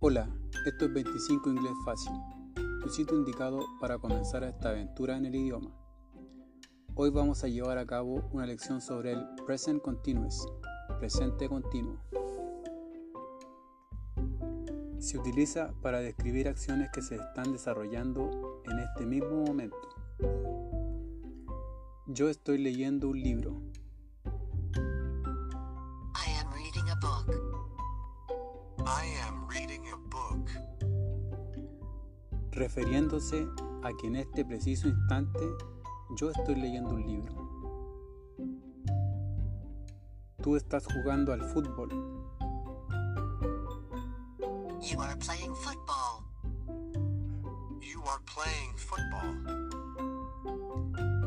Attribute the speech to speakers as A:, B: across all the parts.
A: Hola, esto es 25 Inglés Fácil, tu sitio indicado para comenzar esta aventura en el idioma. Hoy vamos a llevar a cabo una lección sobre el present continuous, presente continuo. Se utiliza para describir acciones que se están desarrollando en este mismo momento. Yo estoy leyendo un libro.
B: I am reading a book.
C: I am reading a book,
A: refiriéndose a que en este preciso instante yo estoy leyendo un libro. Tú estás jugando al fútbol,
B: You are playing football.
C: you are playing football,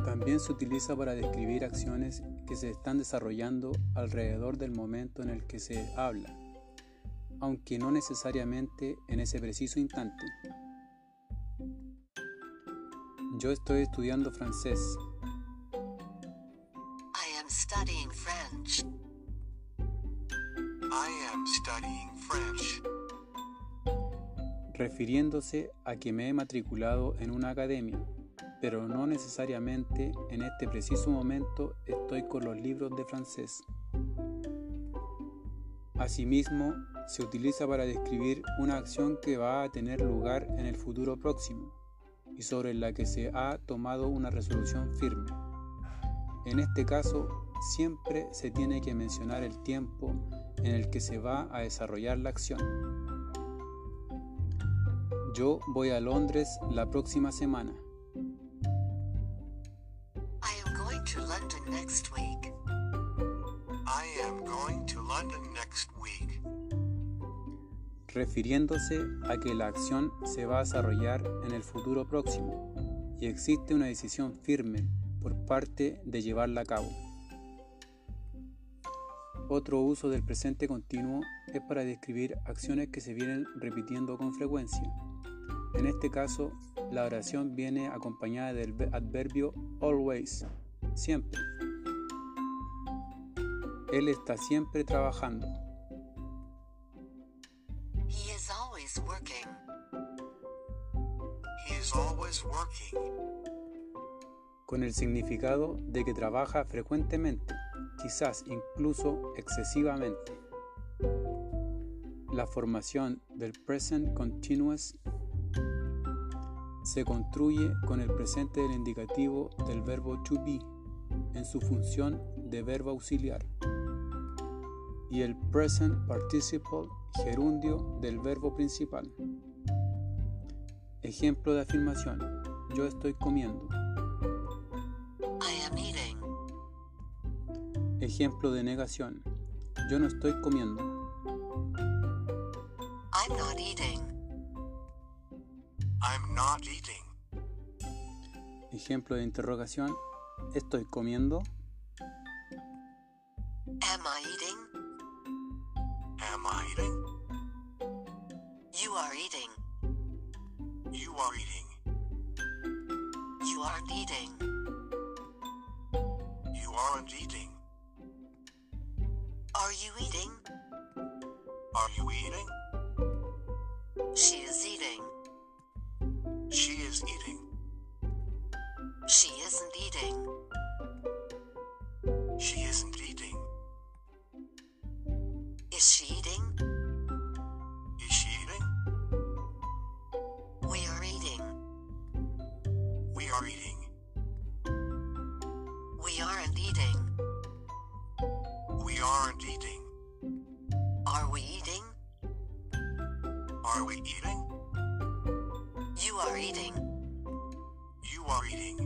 A: también se utiliza para describir acciones que se están desarrollando alrededor del momento en el que se habla, aunque no necesariamente en ese preciso instante. Yo estoy estudiando francés,
B: I am studying French.
C: I am studying French,
A: refiriéndose a que me he matriculado en una academia, pero no necesariamente en este preciso momento estoy con los libros de francés. Asimismo, se utiliza para describir una acción que va a tener lugar en el futuro próximo y sobre la que se ha tomado una resolución firme. En este caso, siempre se tiene que mencionar el tiempo en el que se va a desarrollar la acción. Yo voy a Londres la próxima semana.
B: I am going to London next week.
C: I am going to London next week,
A: refiriéndose a que la acción se va a desarrollar en el futuro próximo y existe una decisión firme por parte de llevarla a cabo. Otro uso del presente continuo es para describir acciones que se vienen repitiendo con frecuencia. En este caso, la oración viene acompañada del ve- adverbio always, siempre. Él está siempre trabajando.
B: He is always working.
C: he is always working,
A: con el significado de que trabaja frecuentemente, quizás incluso excesivamente. La formación del present continuous se construye con el presente del indicativo del verbo to be en su función de verbo auxiliar y el present participle gerundio del verbo principal. Ejemplo de afirmación: Yo estoy comiendo.
B: I am eating.
A: Ejemplo de negación. Yo no estoy comiendo.
B: I'm not eating.
C: I'm not eating,
A: Ejemplo de interrogación. Estoy comiendo.
B: Am I eating?
C: am I eating?
B: You are eating.
C: You are eating,
B: You aren't eating.
C: you aren't eating,
B: Are you eating?
C: are you eating?
B: She is eating.
C: She is eating,
B: She isn't eating.
C: she isn't eating,
B: Is she eating?
C: is she eating?
B: We are eating.
C: We are eating,
B: We aren't eating.
C: we aren't eating,
B: Are we eating?
C: are we eating?
B: You are eating.
C: You are eating,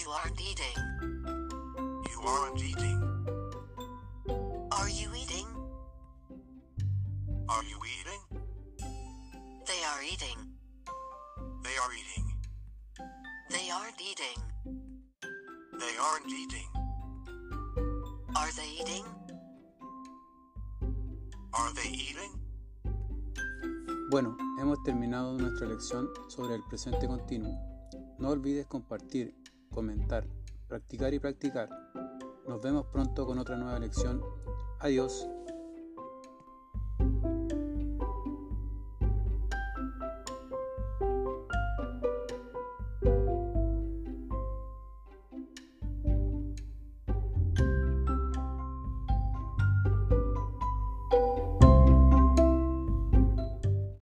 B: You aren't eating.
C: you aren't eating,
B: Are you eating?
C: are you eating?
B: They are eating.
C: They are eating,
B: They aren't eating.
C: they aren't eating,
B: Are they eating?
C: are they eating?
A: Bueno, hemos terminado nuestra lección sobre el presente continuo. No olvides compartir, comentar, practicar y practicar. Nos vemos pronto con otra nueva lección. Adiós.